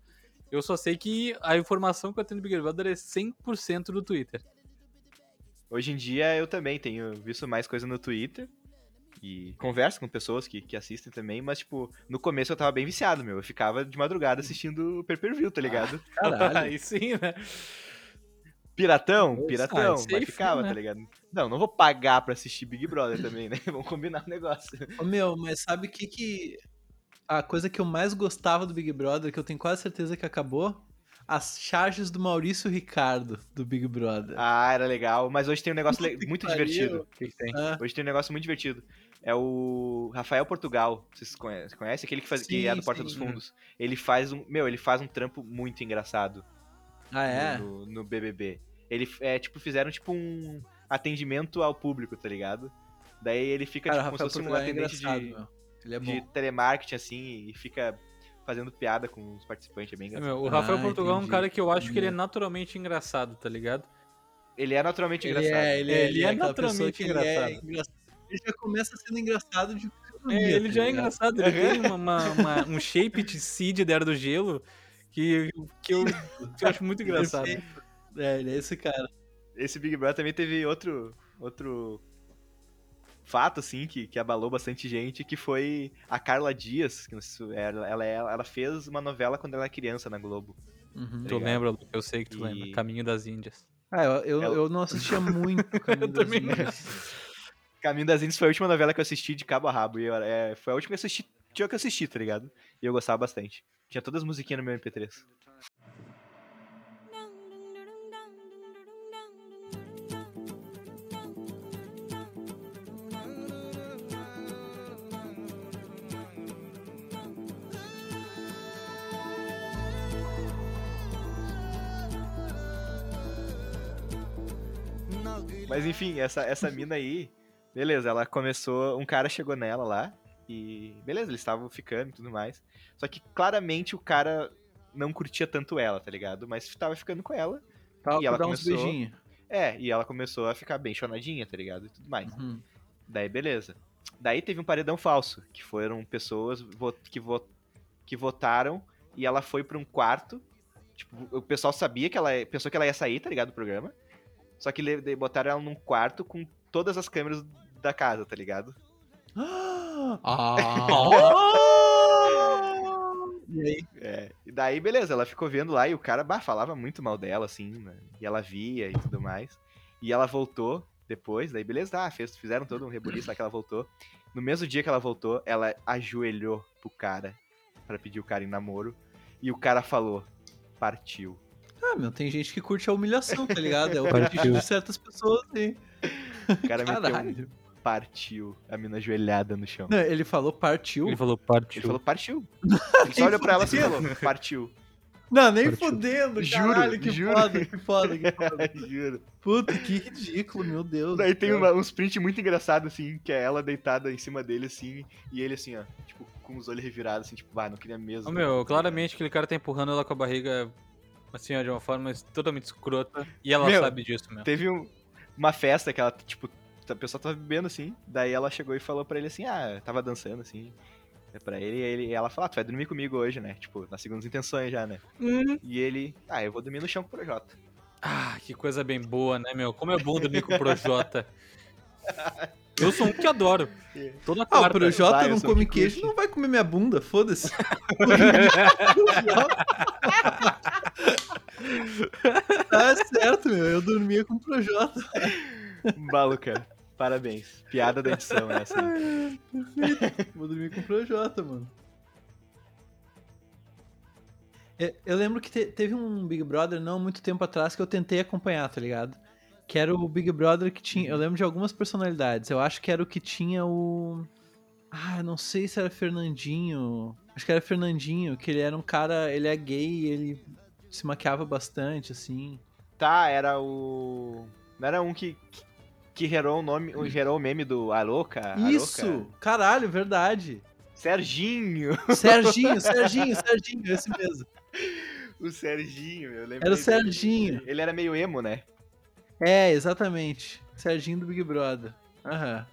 S3: Eu só sei que a informação que eu tenho do Big Brother é 100% do Twitter.
S4: Hoje em dia eu também tenho visto mais coisa no Twitter e converso com pessoas que, que assistem também, mas, tipo, no começo eu tava bem viciado, meu. Eu ficava de madrugada assistindo o per per view, tá ligado?
S1: caralho.
S3: Aí sim, né?
S4: Piratão,
S3: Nossa,
S4: piratão,
S3: isso
S1: é
S3: aí
S4: mas ficava,
S3: foi, né?
S4: tá ligado? Não, não vou pagar pra assistir Big Brother também, né? Vamos combinar o negócio.
S1: Ô, meu, mas sabe o que que. A coisa que eu mais gostava do Big Brother, que eu tenho quase certeza que acabou? As charges do Maurício Ricardo, do Big Brother.
S4: Ah, era legal, mas hoje tem um negócio le-
S1: Puta que
S4: muito
S1: pariu.
S4: divertido.
S3: O que que tem?
S1: Ah,
S4: Hoje tem um negócio muito divertido. É o Rafael Portugal. Vocês conhecem? conhecem? Aquele que, faz, que
S1: Sim,
S4: é do Porta
S1: sim.
S4: dos Fundos. Ele faz um. Meu, ele faz um trampo muito engraçado
S1: ah, é?
S4: no, no BBB. Ele é, tipo, fizeram tipo um atendimento ao público, tá ligado? Daí ele fica
S1: Cara, o
S4: tipo, como
S1: Rafael
S4: se fosse um
S1: Portugal é
S4: atendente
S1: engraçado,
S4: de,
S1: meu. Ele é
S4: de
S1: bom.
S4: telemarketing, assim, e fica fazendo piada com os participantes. É
S3: É,
S4: bem engraçado.
S3: meu, o Rafael
S1: Ah,
S3: Portugal é um
S1: entendi. Uhum.
S3: cara que eu acho que ele é
S1: Entendi.
S3: naturalmente engraçado, tá ligado?
S4: Ele é naturalmente
S1: Ele
S4: engraçado.
S1: é, ele é,
S3: Ele
S1: ele é
S3: é
S1: aquela pessoa
S3: naturalmente
S1: que ele é
S3: engraçado.
S1: engraçado. Ele já começa sendo engraçado de
S3: É,
S1: fisionomia,
S3: ele
S1: tá
S3: já é
S1: ligado?
S3: engraçado, ele tem uma- uma- uma- um shape de Cid da Era do Gelo que, que, eu, que eu acho muito engraçado. tá
S1: Perfeito. É, ele é esse cara.
S4: Esse Big Brother também teve outro, outro fato, assim, que, que abalou bastante gente, que é, foi a Carla Dias, que não sei se- ela, ela, ela fez uma novela quando ela era criança na Globo.
S1: Uhum.
S3: Tu
S4: Obrigado.
S3: lembra, Luke? Eu sei que tu lembra.
S4: E-
S3: Caminho das Índias.
S1: Ah, eu, eu,
S4: Ela-
S1: eu não assistia muito Caminho
S3: Eu
S1: das
S3: também não.
S1: Índias.
S4: Caminho das Índias foi a última novela que eu assisti de cabo a rabo. E eu, é, foi a última que eu assisti, tinha que eu assisti, tá ligado? E eu gostava bastante. Tinha todas as musiquinhas no meu MP3. Mas enfim, essa, essa mina aí, beleza, ela começou. Um cara chegou nela lá e. Beleza, eles estavam ficando e tudo mais. Só que claramente o cara não curtia tanto ela, tá ligado? Mas tava ficando com ela.
S1: Tava
S4: E ela
S1: pra dar uns
S4: começou-
S1: beijinhos.
S4: É, e ela começou a ficar bem chonadinha, tá ligado? E tudo mais.
S1: Uhum.
S4: Daí, beleza. Daí teve um paredão falso, que foram pessoas vo- que, vo- que votaram e ela foi pra um quarto. Tipo, o pessoal sabia que ela pensou que ela ia sair, tá ligado, do programa. Só que le- de- botaram ela num quarto com todas as câmeras da casa, tá ligado?
S1: Ah! E aí,
S4: É, e daí, beleza, ela ficou vendo lá e o cara bah, falava muito mal dela, assim, né? E ela via e tudo mais. E ela voltou depois, daí, beleza, tá, fez, fizeram todo um rebuliço lá que ela voltou. No mesmo dia que ela voltou, ela ajoelhou pro cara pra pedir o cara em namoro. E o cara falou: partiu.
S1: ah, meu, tem gente que curte a humilhação, tá ligado? É o
S3: Partiu.
S1: fetiche de certas pessoas, hein?
S4: O cara meteu
S1: Caralho.
S4: um partiu, a mina ajoelhada no chão.
S1: Não, ele falou partiu.
S3: Ele falou um." partiu.
S4: Ele falou: partiu. Ele só olhou pra ela assim e falou: partiu.
S1: Não, nem
S3: Partiu.
S1: fudendo,
S4: Juro,
S1: caralho, que
S4: juro.
S1: foda, que foda, que foda.
S4: Juro.
S1: Puta, que ridículo, meu Deus.
S4: Daí
S1: do
S4: tem
S3: É.
S1: céu.
S4: uma- uns print muito engraçados, assim, que é ela deitada em cima dele, assim, e ele, assim, ó, tipo, com os olhos revirados, assim, tipo, vai, não queria mesmo.
S3: Ô, meu, claramente aquele cara tá empurrando ela com a barriga, assim, ó, de uma forma totalmente escrota. E ela
S4: Meu,
S3: sabe disso, meu.
S4: Teve um- uma festa que ela, tipo, a pessoa tava bebendo, assim, daí ela chegou e falou pra ele, assim, ah, tava dançando, assim, é pra ele, e, ele, e ela falou, ah, tu vai dormir comigo hoje, né, tipo, nas segundas intenções já, né.
S3: Hum.
S4: E ele, ah, eu vou dormir no chão com o Projota.
S3: Ah, que coisa bem boa, né, meu? Como é bom dormir com o Projota. Eu sou um que adoro. Toda
S1: Ah, o
S3: quarta.
S1: Projota
S4: Vai, eu
S1: não
S4: sou
S1: come
S4: de
S1: queijo,
S4: curte.
S1: não vai comer minha bunda, foda-se. tá certo, meu. Eu dormia com o Projota.
S4: Balo, cara. Parabéns. Piada da edição essa. né?
S1: Vou dormir com o Projota, mano. É, Eu lembro que te- teve um Big Brother não muito tempo atrás que eu tentei acompanhar, tá ligado? Que era o Big Brother que tinha. Eu lembro de algumas personalidades. Eu acho que era o que tinha o. Ah, eu não sei se era Fernandinho. Acho que era Fernandinho, que ele era um cara. Ele é gay e ele se maquiava bastante, assim.
S4: Tá, era o. Não era um que. que- Que gerou o nome, gerou o meme do Aroca?
S1: Isso! Caralho, verdade!
S4: Serginho!
S1: Serginho, Serginho, Serginho, esse mesmo.
S4: O Serginho, eu lembro.
S1: Era o Serginho.
S4: Ele era meio emo, né?
S1: É, exatamente. Serginho do Big Brother. Aham.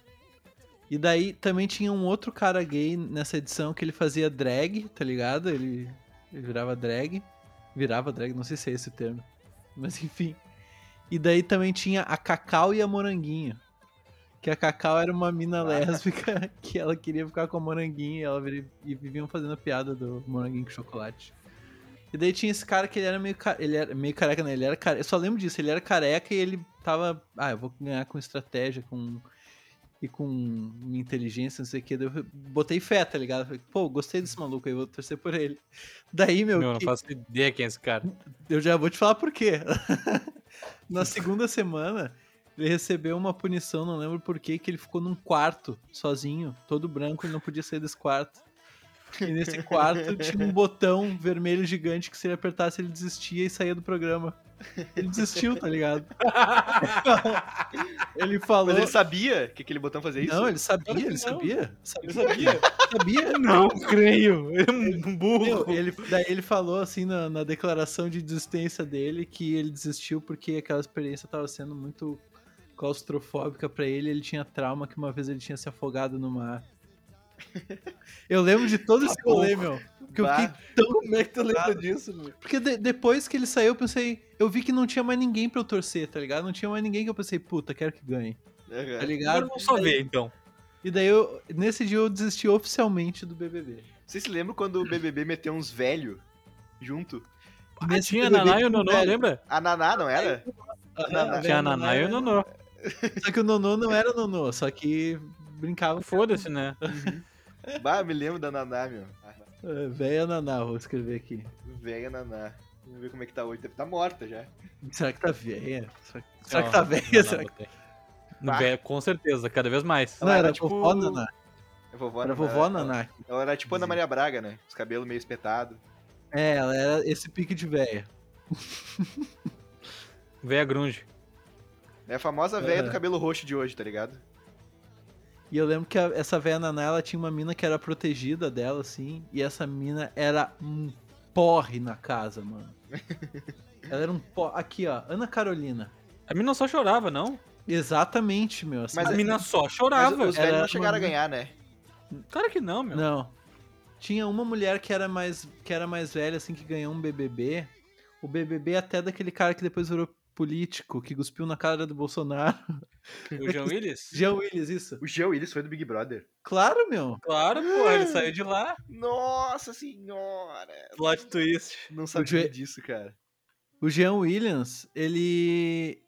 S1: E daí também tinha um outro cara gay nessa edição que ele fazia drag, tá ligado? Ele, ele virava drag. Virava drag, não sei se é esse o termo. Mas enfim. E daí também tinha a Cacau e a Moranguinho. Que a Cacau era uma
S3: Ah.
S1: mina lésbica que ela queria ficar com a Moranguinho e, ela vira- e viviam fazendo a piada do Moranguinho com chocolate. E daí tinha esse cara que ele era meio, ca- ele era meio careca, né? Ele era care... Eu só lembro disso, ele era careca e ele tava. Ah, eu vou ganhar com estratégia, com. E com minha inteligência, não sei o que. Daí eu botei fé, tá ligado? Falei, Pô, gostei desse maluco aí, vou torcer por ele. Daí, meu.
S3: Meu, não
S1: que-
S3: faço ideia quem é esse cara.
S1: eu já vou te falar por quê. Na segunda semana, ele recebeu uma punição, não lembro por quê, que ele ficou num quarto sozinho, todo branco, ele não podia sair desse quarto. E nesse quarto tinha um botão vermelho gigante que se ele apertasse ele desistia e saía do programa. Ele desistiu, tá ligado? ele falou.
S4: Mas ele sabia que aquele botão fazia isso?
S1: Não, ele sabia,
S3: Claro que
S1: ele
S3: não.
S1: sabia. Sabia,
S3: Eu sabia.
S1: sabia.
S3: Não creio. Ele é um
S1: Meu,
S3: burro.
S1: ele, daí ele falou assim na, na declaração de desistência dele que ele desistiu porque aquela experiência tava sendo muito claustrofóbica pra ele, ele tinha trauma que uma vez ele tinha se afogado no mar. Eu lembro de todo esse rolê, meu. Que eu
S4: Bah.
S1: fiquei tão.
S2: Tá Como é que tu lembra disso, meu?
S1: Porque de- depois que ele saiu, eu pensei, eu vi que não tinha mais ninguém pra eu torcer, tá ligado? Não tinha mais ninguém que eu pensei, puta, quero que ganhe,
S2: É.
S1: tá
S4: Aham.
S1: ligado?
S3: Agora vamos só ver, então.
S1: E daí eu, nesse dia eu desisti oficialmente do BBB.
S4: Vocês se lembram quando o BBB meteu uns velhos junto?
S3: Ah, tinha Naná e o Nonô,
S1: velho. tá
S3: lembra?
S4: A Naná, não era?
S1: Ah,
S4: Naná.
S3: Tinha a
S1: o
S3: Naná e o
S1: era-
S3: Nonô.
S1: Só que o Nonô não era o Nonô, só que brincava.
S3: Foda-se, né?
S4: Bah, me lembro da Naná, meu.
S1: Ah, Véia Naná, vou escrever aqui.
S4: Velha Naná. Vamos ver como é que tá hoje. Deve tá morta já.
S1: Será que tá véia? Será, será
S3: Ó,
S1: que tá
S3: Naná
S1: véia? Será que...
S3: botei. Véia, com certeza, cada vez mais.
S1: Não,
S4: Ela
S1: era,
S4: era tipo-
S1: vovó Naná.
S4: É vovó
S1: Era
S4: Naná.
S1: vovó Naná.
S4: Ela era tipo Ana Maria Braga, né? Os cabelos meio espetados.
S1: É, ela era esse pique de véia.
S3: Véia grunge.
S4: É a famosa velha
S1: É.
S4: do cabelo roxo de hoje, tá ligado?
S1: E eu lembro que a- essa véia Naná, ela tinha uma mina que era protegida dela, assim, e essa mina era um porre na casa, mano. Ela era um porre. Aqui, ó, Ana Carolina.
S3: A mina só chorava, não?
S1: Exatamente, meu. essa
S4: Mas
S3: a
S4: é-
S3: mina só
S4: Mas
S3: chorava.
S4: os velhos
S1: Era
S4: não chegaram a
S1: uma-
S4: ganhar, né?
S3: Claro que não, meu.
S1: Não. Tinha uma mulher que era mais que era mais velha assim que ganhou um BBB. O BBB é até daquele cara que depois virou político, que cuspiu na cara do Bolsonaro.
S3: O Jean Willis?
S1: Jean Willis, isso?
S4: O Geo Willis foi do Big Brother.
S1: Claro, meu.
S3: Claro, pô, ele saiu de lá.
S4: Nossa senhora!
S3: Plot twist.
S4: Não sabia
S1: Geo-
S4: disso, cara.
S1: O Jean Williams, ele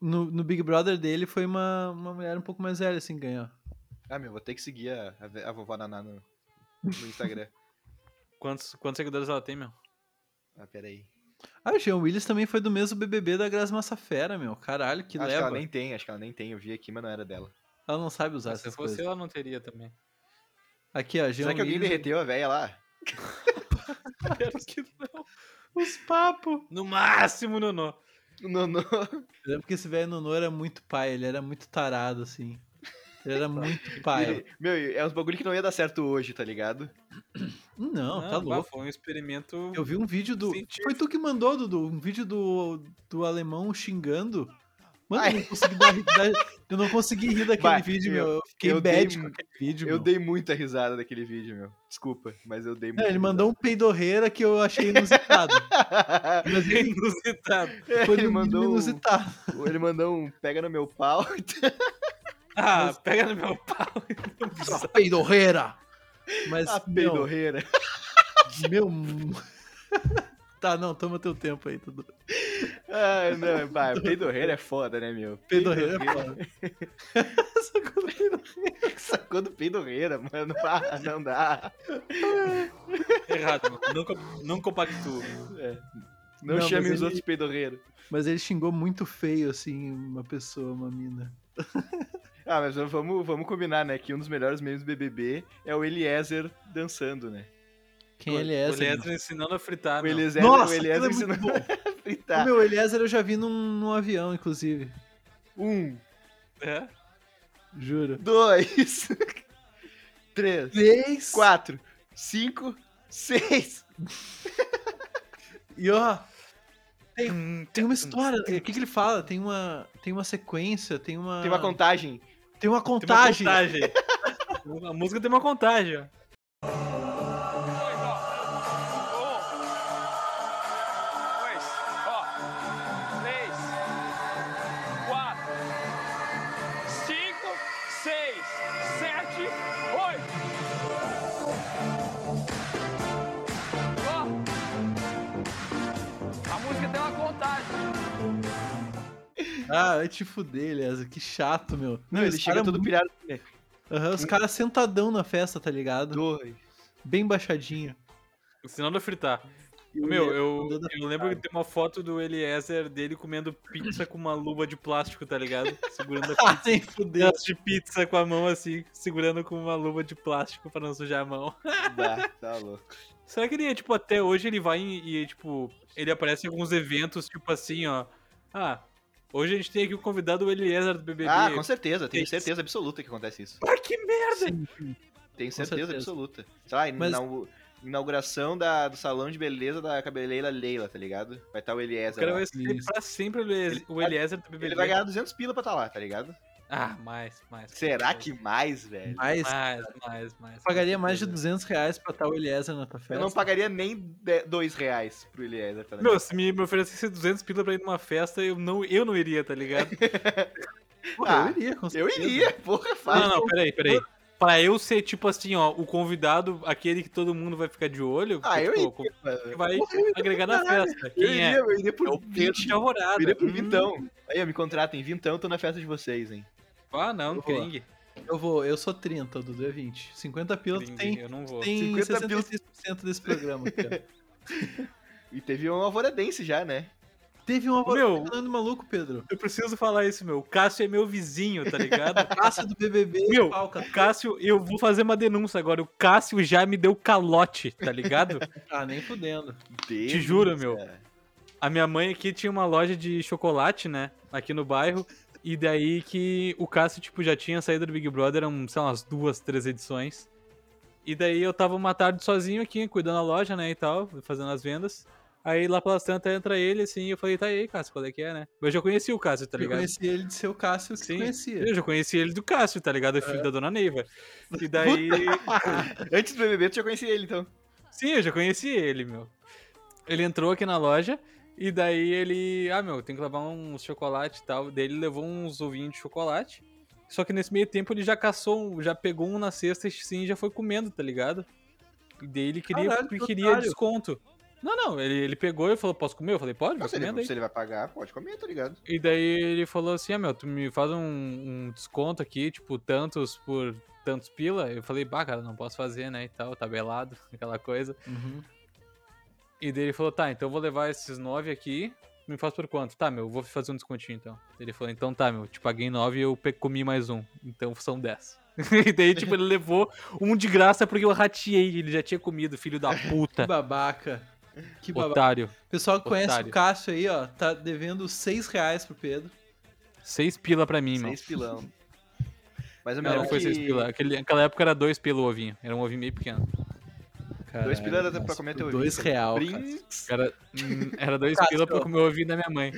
S1: no, no Big Brother dele foi uma, uma mulher um pouco mais velha assim que ganhou.
S4: Ah, meu, vou ter que seguir a, a, ve- a vovó Naná no, no Instagram.
S3: Quantos, quantos seguidores ela tem, meu?
S4: ah, peraí.
S1: Ah, o Jean Willis também foi do mesmo BBB da Graça Massafera, meu. Caralho, que
S4: acho que
S1: leva.
S4: ela nem Ah, tem, acho que ela nem tem. Eu vi aqui, mas não era dela.
S1: Ela não sabe usar
S3: Se
S1: essas
S3: fosse
S1: coisas.
S3: ela, não teria também.
S1: Aqui, ó, Jean
S4: Será que alguém
S1: Willis.
S4: derreteu a velha lá?
S3: Espero que não.
S1: Os papos.
S3: No máximo, Nonô.
S4: Não, não.
S1: Eu lembro que esse velho Nonô era muito pai, ele era muito tarado, assim. Ele era muito pai.
S4: Ele- Meu, é uns bagulho que não ia dar certo hoje, tá ligado?
S1: Não, tá
S3: bah,
S1: louco.
S3: Foi um experimento.
S1: Eu vi um vídeo do.
S3: Científico.
S1: Foi tu que mandou, Dudu? Um vídeo do, do alemão xingando. Mano,
S4: Ai.
S1: eu não consegui dar, dar- Eu não consegui rir daquele
S4: Vai,
S1: vídeo, meu.
S4: meu,
S1: Eu fiquei
S4: eu
S1: bad
S4: dei
S1: com
S4: mu-
S1: aquele vídeo.
S4: Eu
S1: meu.
S4: dei muita risada daquele vídeo, meu. Desculpa, mas eu dei
S1: Não,
S4: muita
S1: ele mandou um peidorreira que eu achei inusitado.
S4: risada.
S1: Mas ele
S3: Inusitado.
S1: foi
S4: ele,
S1: no mínimo
S4: mandou um,
S1: inusitado.
S4: ele mandou um pega no meu pau.
S3: Ah, pega no meu pau.
S1: Só peidorreira! Mas,
S4: a
S1: meu,
S4: peidorreira.
S1: meu... Tá, não, toma teu tempo aí, Dudu.
S4: Ah, não, pá, peidorreira é foda, né, meu?
S1: Peidorreira é foda. Só quando peidorreira.
S4: Sacou do peidorreira, mano. Ah, não dá.
S3: Errado, mano. não, co- não compactuo.
S4: Não,
S1: Não,
S4: chame
S1: mas
S4: os
S1: ele-
S4: outros de peidorreiro.
S1: Mas ele xingou muito feio, assim, uma pessoa, uma mina.
S4: Ah, mas vamos, vamos combinar, né? Que um dos melhores memes do BBB é o Eliezer dançando, né?
S1: Quem ele é,
S3: O Leandro ensinando a fritar,
S4: o
S3: meu.
S4: Eliezer, o
S1: Ah, Nossa,
S4: Eliezer
S1: aquilo é
S4: ensinando Tá.
S1: muito bom.
S4: a fritar.
S1: O meu Eliezer eu já vi num, num avião, inclusive.
S4: Um,
S3: É?
S1: Juro.
S4: dois, três,
S1: Três.
S4: quatro, cinco, seis.
S1: E ó,
S3: um,
S1: tem uma história. é, O que, que ele fala? Tem uma, tem uma sequência, tem uma...
S4: Tem uma contagem.
S1: tem uma
S3: Tem uma
S1: contagem.
S3: contagem. a música tem uma contagem, ó.
S5: dois, ó, três, quatro, cinco, seis, sete, oito. Ó, a música tem uma contagem.
S1: Ah, vai te fuder, Eliezer. Que chato, meu.
S4: Não,
S1: Meu,
S4: ele
S1: os
S4: chega
S1: cara é
S4: todo
S1: muito-
S4: pirado.
S1: Aham, os caras sentadão na festa, tá ligado?
S4: Dois.
S1: Bem baixadinho.
S3: Ensinando a fritar.
S1: E o
S3: Meu,
S1: Eliezer
S3: eu,
S1: mandando-
S3: eu lembro que tem uma foto do Eliezer dele comendo pizza com uma luva de plástico, tá ligado? Segurando a
S1: Ah, nem fudeu.
S3: pedaço de pizza com a mão assim, segurando com uma luva de plástico pra não sujar a mão.
S4: Bah, tá louco.
S3: Será que ele, tipo, até hoje ele vai e, e, tipo, ele aparece em alguns eventos, tipo assim, ó. Ah, hoje a gente tem aqui o convidado o Eliezer do BBB.
S4: Ah, com certeza. Tenho
S3: Seis.
S4: certeza absoluta que acontece isso.
S3: Ah, que merda!
S1: Sim, sim.
S4: Tenho
S1: Com
S4: certeza,
S1: certeza.
S4: absoluta. Sei lá,
S1: Mas-
S4: inau- inauguração da, do salão de beleza da cabeleira Leila, tá ligado? Vai estar o
S3: O
S4: Eliezer
S3: cara
S4: lá.
S3: vai ser
S1: Isso.
S3: pra sempre o Eliezer, o Eliezer do BBB.
S4: Ele vai ganhar 200 pila pra estar lá, tá ligado?
S3: Ah, mais, mais.
S4: Será que mais, velho?
S1: Mas
S3: Mais, mais, mais.
S1: eu pagaria mais de
S3: certeza.
S1: 200 reais pra tal Eliezer na tua festa.
S4: Eu não pagaria nem 2 reais pro Eliezer, tá ligado?
S3: Meu, se me me oferecesse 200 pila pra ir numa festa, eu não, eu não iria, tá ligado?
S1: Porra,
S4: Ah,
S1: eu iria, com
S4: Eu
S1: certeza.
S4: iria, porra,
S3: não,
S4: fácil.
S3: não, peraí, peraí. Pra eu ser, tipo assim, ó, o convidado, aquele que todo mundo vai ficar de olho.
S4: Ah,
S3: porque,
S4: eu
S3: tipo,
S4: iria,
S3: que
S4: mano.
S3: vai
S4: Eu iria pra
S3: agregar na
S4: caralho.
S3: festa.
S4: Eu
S3: Quem
S4: iria,
S3: é?
S4: eu iria por
S3: É o Pedro
S4: 20.
S3: de Alvorada.
S4: Eu iria por
S3: Hum,
S4: Vintão. Aí, ó, me contratem, Vintão, tô na festa de vocês, hein.
S3: Ah, não,
S1: Boa.
S3: Kring.
S1: Eu vou, eu sou 30, o Dudu é 20. 50 pila tu
S3: Kring,
S1: tem,
S3: eu não vou.
S1: tem
S4: 50 pila.
S1: 66% desse programa, cara.
S4: E teve um alvoradense já, né?
S1: Teve um
S3: Meu.
S1: avorado falando maluco, Pedro.
S3: Eu preciso falar isso, meu. O Cássio é meu vizinho, tá ligado?
S1: Praça do BBB,
S3: Meu,
S1: palca.
S3: O Cássio, eu vou fazer uma denúncia agora. O Cássio já me deu calote, tá ligado?
S1: Tá nem fudendo.
S4: Denúncia.
S3: juro, meu. A minha mãe aqui tinha uma loja de chocolate, né? Aqui no bairro. E daí que o Cássio, tipo, já tinha saído do Big Brother, eram, sei lá, umas duas, três edições. E daí eu tava uma tarde sozinho aqui, cuidando da loja, né, e tal, fazendo as vendas. Aí lá pelas tantas entra ele, assim, e eu falei, tá aí, Cássio, qual é que é, né? Eu já conheci o Cássio, tá
S1: eu
S3: ligado?
S1: conheci ele de seu Cássio que
S3: Sim.
S1: conhecia.
S3: Eu já conheci ele do Cássio, tá ligado? O
S1: É.
S3: filho da dona Neiva. E daí.
S4: Antes do BBB, tu já conhecia ele, então.
S3: Sim, eu já conheci ele, meu. Ele entrou aqui na loja e daí ele. Ah, meu, tem que levar uns chocolate e tal. Daí ele levou uns ovinhos de chocolate. Só que nesse meio tempo ele já caçou, um- já pegou um na cesta sim, e já foi comendo, tá ligado? E daí ele queria,
S1: Caralho, que
S3: ele queria
S1: otário.
S3: desconto. Não, não, ele, ele pegou e falou: Posso comer? Eu falei: Pode, vai
S4: se, ele,
S1: é
S3: comendo aí.
S4: se ele vai pagar, pode comer, tá ligado?
S3: E daí ele falou assim: Ah, meu, tu me faz um, um desconto aqui, tipo, tantos por tantos pila. Eu falei: Bah, cara, não posso fazer, né? E tal, tabelado, aquela coisa.
S1: Uhum.
S3: E daí ele falou, tá, então eu vou levar esses nove aqui, me faz por quanto? Tá, meu, eu vou fazer um descontinho então. Ele falou, então tá, meu, te paguei nove e eu pe- comi mais um, então são dez. e daí, tipo, ele levou um de graça porque eu rateei, ele já tinha comido, filho da
S1: Que
S3: puta,
S1: babaca. Que babaca.
S3: otário.
S1: Pessoal que conhece o
S3: Otário.
S1: Cássio aí, ó, tá devendo 6 reais pro Pedro.
S3: Seis pila pra mim, meu.
S4: Seis pilão. Mas o
S3: Não,
S4: melhor
S3: não
S4: é
S3: foi
S4: que...
S3: seis pila, Aquele, aquela época era dois pila o ovinho, era um ovinho meio pequeno.
S4: Dois
S1: Caralho,
S4: pila era pra
S1: nossa,
S4: comer teu
S1: Dois
S4: vinho.
S1: real.
S4: Brin...
S3: Era, hum, era dois
S1: Cássio.
S3: pila pra comer o ovinho da minha mãe.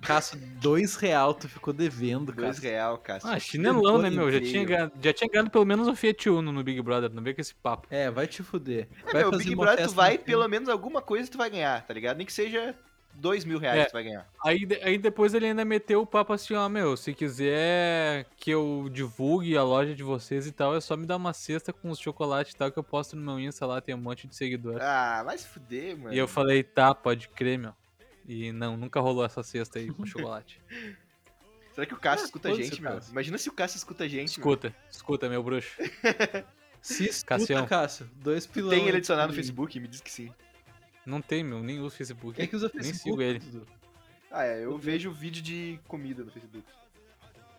S1: Cássio, dois real tu ficou devendo, cara.
S4: Dois real, Cássio.
S3: Ah, chinelão, né, meu, já
S4: Incrível.
S3: tinha, ganhado, já tinha ganhado pelo menos um Fiat Uno no Big Brother, não veio com esse papo.
S1: É, vai te fuder.
S4: É,
S1: vai
S4: meu,
S1: fazer
S4: Big
S1: uma
S4: Brother, tu
S1: festa
S4: vai,
S1: no fim.
S4: pelo menos alguma coisa tu vai ganhar, tá ligado? Nem que seja dois mil reais
S3: É.
S4: tu vai ganhar.
S3: Aí, de- aí depois ele ainda meteu o papo assim, ó, meu, se quiser que eu divulgue a loja de vocês e tal, é só me dar uma cesta com os chocolates e tal que eu posto no meu Insta lá, tem um monte de seguidor.
S4: Ah, vai se fuder, mano.
S3: e eu falei, tá, pode crer, meu. E não, nunca rolou essa cesta aí com chocolate.
S4: Será que o Cássio
S1: Ah,
S4: escuta a
S1: foda-se,
S4: gente, meu?
S1: Cássio.
S4: Imagina se o Cássio escuta a gente, meu.
S3: escuta, escuta, meu bruxo.
S1: Se escuta,
S3: Cassião.
S1: Cássio. Dois pilão.
S4: Tem ele
S1: aí.
S4: adicionado no Facebook? Me diz que sim.
S3: Não tem, meu, nem uso Facebook.
S1: Quem é que usa
S3: Nem
S1: Facebook?
S3: sigo ele.
S1: Dudu?
S4: Ah, é, eu vejo vídeo de comida no Facebook.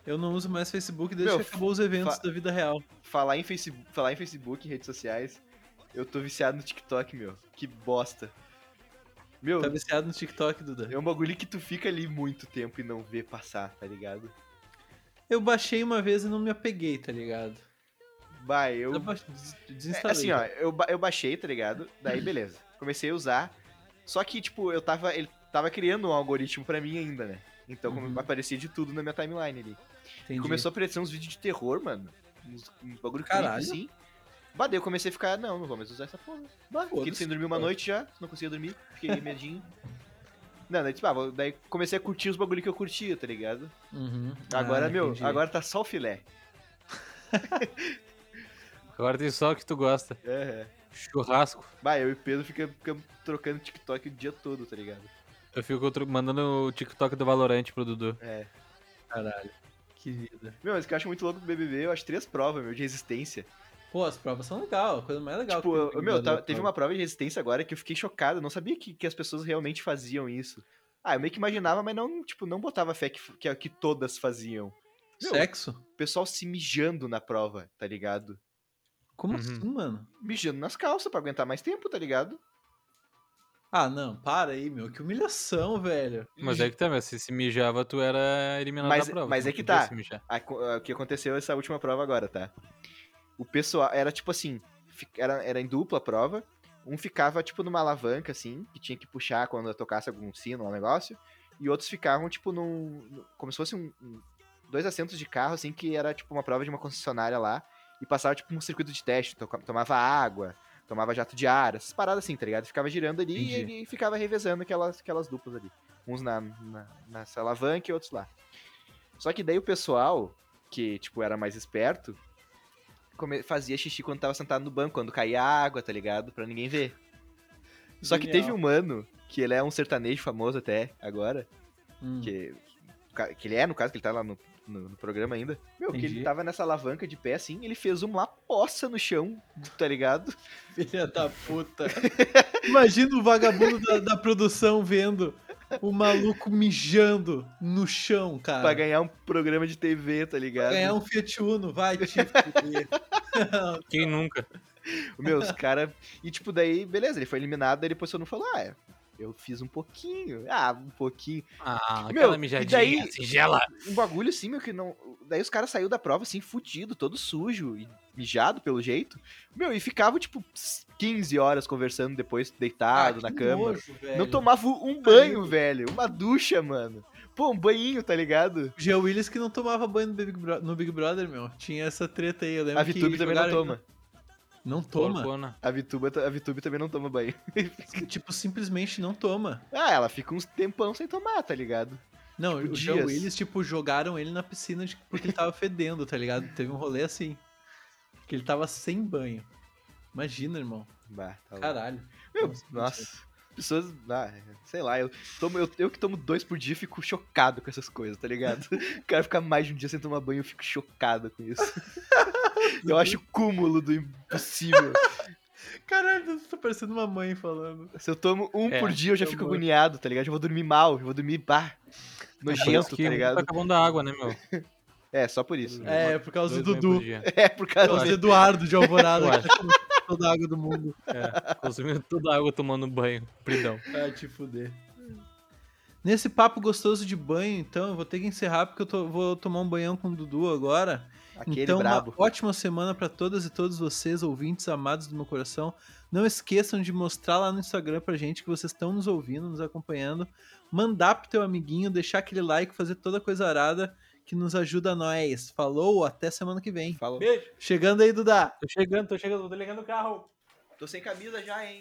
S1: Eu não uso mais Facebook desde
S4: Meu,
S1: que acabou os eventos
S4: fa-
S1: da vida real.
S4: Falar em Facebook, falar em Facebook, em redes sociais, eu tô viciado no TikTok, meu. Que bosta. Meu,
S1: Tá viciado no TikTok, Duda.
S4: é um bagulho que tu fica ali muito tempo e não vê passar, tá ligado?
S1: Eu baixei uma vez e não me apeguei, tá ligado?
S4: Vai, eu
S1: Eu, baixei, des-
S4: É,
S1: desinstalei.
S4: assim, ó, eu, ba- eu baixei, tá ligado? Daí, beleza. Comecei a usar. Só que, tipo, eu tava. Ele tava criando um algoritmo pra mim ainda, né? Então como
S1: Uhum.
S4: aparecia de tudo na minha timeline ali.
S1: Entendi.
S4: Começou a aparecer uns vídeos de terror, mano. Uns, um bagulho
S1: Caralho.
S4: creepy, assim. Bah, daí eu comecei a ficar, não, não vou mais usar essa porra. Bah, fiquei
S1: Foda-se.
S4: sem dormir uma noite já, não conseguia dormir, fiquei medinho. Não, daí, tipo, ah, vou- daí comecei a curtir os bagulho que eu curtia, tá ligado?
S1: Uhum.
S4: Agora,
S1: Ah,
S4: meu,
S1: entendi.
S4: agora tá só o filé.
S3: Agora tem só o que tu gosta.
S4: Aham.
S3: Churrasco.
S4: É, Bah, eu e o Pedro ficamos ficamos trocando TikTok o dia todo, tá ligado?
S3: Eu fico outro- mandando o TikTok do Valorante pro Dudu.
S4: É.
S1: Caralho. Que vida.
S4: Meu, mas o que eu acho muito louco do BBB, eu acho três provas, meu, de resistência. Pô,
S1: Pô, as provas são legal, a coisa mais legal.
S4: tipo,
S1: que tem no
S4: eu-
S1: Big
S4: meu,
S1: Brother é
S4: tá-
S1: a
S4: teve
S1: prova.
S4: uma prova de resistência agora que eu fiquei chocado, eu não sabia que, que as pessoas realmente faziam isso. Ah, eu meio que imaginava, mas não, tipo, não botava fé que, que, que todas faziam. Meu,
S1: Sexo?
S4: o pessoal se mijando na prova, tá ligado?
S1: Como
S3: Uhum.
S1: assim, mano?
S4: Mijando nas calças pra aguentar mais tempo, tá ligado?
S1: Ah, não, para aí, meu. Que humilhação, velho.
S3: Mas é que tá, meu, se se mijava, tu era eliminado
S4: Mas-
S3: da prova.
S4: mas
S3: tu
S4: é
S3: não
S4: que
S3: podia
S4: tá.
S3: se mijar.
S4: A co- a- o que aconteceu essa última prova agora, tá? O pessoal era tipo assim, fi- era, era em dupla a prova. Um ficava tipo numa alavanca assim, que tinha que puxar quando tocasse algum sino, um negócio, e outros ficavam tipo num, num- como se fosse um, um- dois assentos de carro assim que era tipo uma prova de uma concessionária lá e passava tipo um circuito de teste, toca- tomava água, tomava jato de ar, essas paradas assim, tá ligado? Ficava girando ali e
S1: Entendi.
S4: ele ficava revezando aquelas aquelas duplas ali, uns na, na nessa alavanca e outros lá. Só que daí o pessoal que, tipo, era mais esperto, come- fazia xixi quando tava sentado no banco, quando caía água, tá ligado? Pra ninguém ver. Só que
S1: Genial.
S4: teve um mano, que ele é um sertanejo famoso até agora,
S1: Hum.
S4: que, que ele é, no caso, que ele tá lá no, no- no programa ainda. Meu, que ele
S1: Entendi.
S4: tava nessa alavanca de pé assim, ele fez uma poça no chão, tá ligado?
S1: Filha da puta. Imagina o vagabundo da, da produção vendo o maluco mijando no chão, cara.
S4: Pra ganhar um programa de TV, tá ligado?
S1: Ah. Ganhar um Fiat Uno, vai te fuder.
S3: Quem nunca?
S4: Meu, os caras. E tipo, daí, beleza, ele foi eliminado, daí depois todo mundo falou, ah, eu fiz um pouquinho. Ah, um pouquinho.
S3: Ah,
S4: Meu,
S3: aquela
S4: e
S3: mijadinha assim
S4: daí-
S3: singela.
S4: Um bagulho assim, meu, que não. Daí os caras saiu da prova assim, fudido, todo sujo e mijado pelo jeito. Meu, e ficava, tipo, 15 horas conversando depois, deitado Ah, na
S1: Ah, que
S4: cama.
S1: nojo, velho.
S4: Não tomava um banho, velho. Uma ducha, mano. Pô, um banhinho, tá ligado?
S1: O Jean Willis que não tomava banho no Big, Bro- no Big Brother, meu. Tinha essa treta aí, eu lembro
S4: A Vitube
S1: que
S4: também não
S1: jogaram-
S4: toma.
S1: Não toma?
S3: Porcona.
S4: A Vitube, a Vitube também não toma banho.
S1: Tipo, simplesmente não toma.
S4: Ah, ela fica uns tempão sem tomar, tá ligado?
S1: Não,
S4: Tipo,
S1: o Jean
S4: dias.
S1: Willis, tipo, jogaram ele na piscina de- porque ele tava fedendo, tá ligado? Teve um rolê assim. Que ele tava sem banho. Imagina, irmão.
S4: Bah, tá louco.
S1: Caralho.
S4: Meu,
S1: Nossa,
S4: nossa. Pessoas, ah, sei lá, eu, tomo, eu, eu que tomo dois por dia fico chocado com essas coisas, tá ligado? O cara ficar mais de um dia sem tomar banho, eu fico chocado com isso. Eu acho o cúmulo do impossível.
S1: Caralho, tá parecendo uma mãe falando.
S4: Se eu tomo um
S3: É,
S4: por dia, eu já
S1: eu
S4: fico
S1: vou.
S4: agoniado, tá ligado? Eu vou dormir mal, eu vou dormir, bah, nojento,
S3: Que
S4: tá
S3: Tá
S4: ligado?
S3: acabando a água, né, meu?
S4: É, só por isso.
S1: É, Então, por causa do
S3: Dois banhos por
S1: Dudu.
S3: dia.
S4: É, por
S1: Por
S4: causa
S1: causa do
S4: dele.
S1: Eduardo de
S3: Eu
S1: Alvorada,
S3: acho.
S1: que tá tomando toda a água do mundo.
S3: É, consumindo toda a água tomando banho. Pridão.
S1: Vai te fuder. Nesse papo gostoso de banho, então, eu vou ter que encerrar porque eu tô- vou tomar um banhão com o Dudu agora.
S4: Aquele
S1: então,
S4: brabo.
S1: uma ótima semana pra todas e todos vocês, ouvintes amados do meu coração. Não esqueçam de mostrar lá no Instagram pra gente que vocês estão nos ouvindo, nos acompanhando. Mandar pro teu amiguinho, deixar aquele like, fazer toda coisa arada que nos ajuda a nós. Falou, até semana que vem.
S4: Falou.
S3: Beijo.
S1: Chegando aí, Dudá.
S3: Tô chegando, tô chegando, tô delegando o carro.
S4: Tô sem camisa já, hein?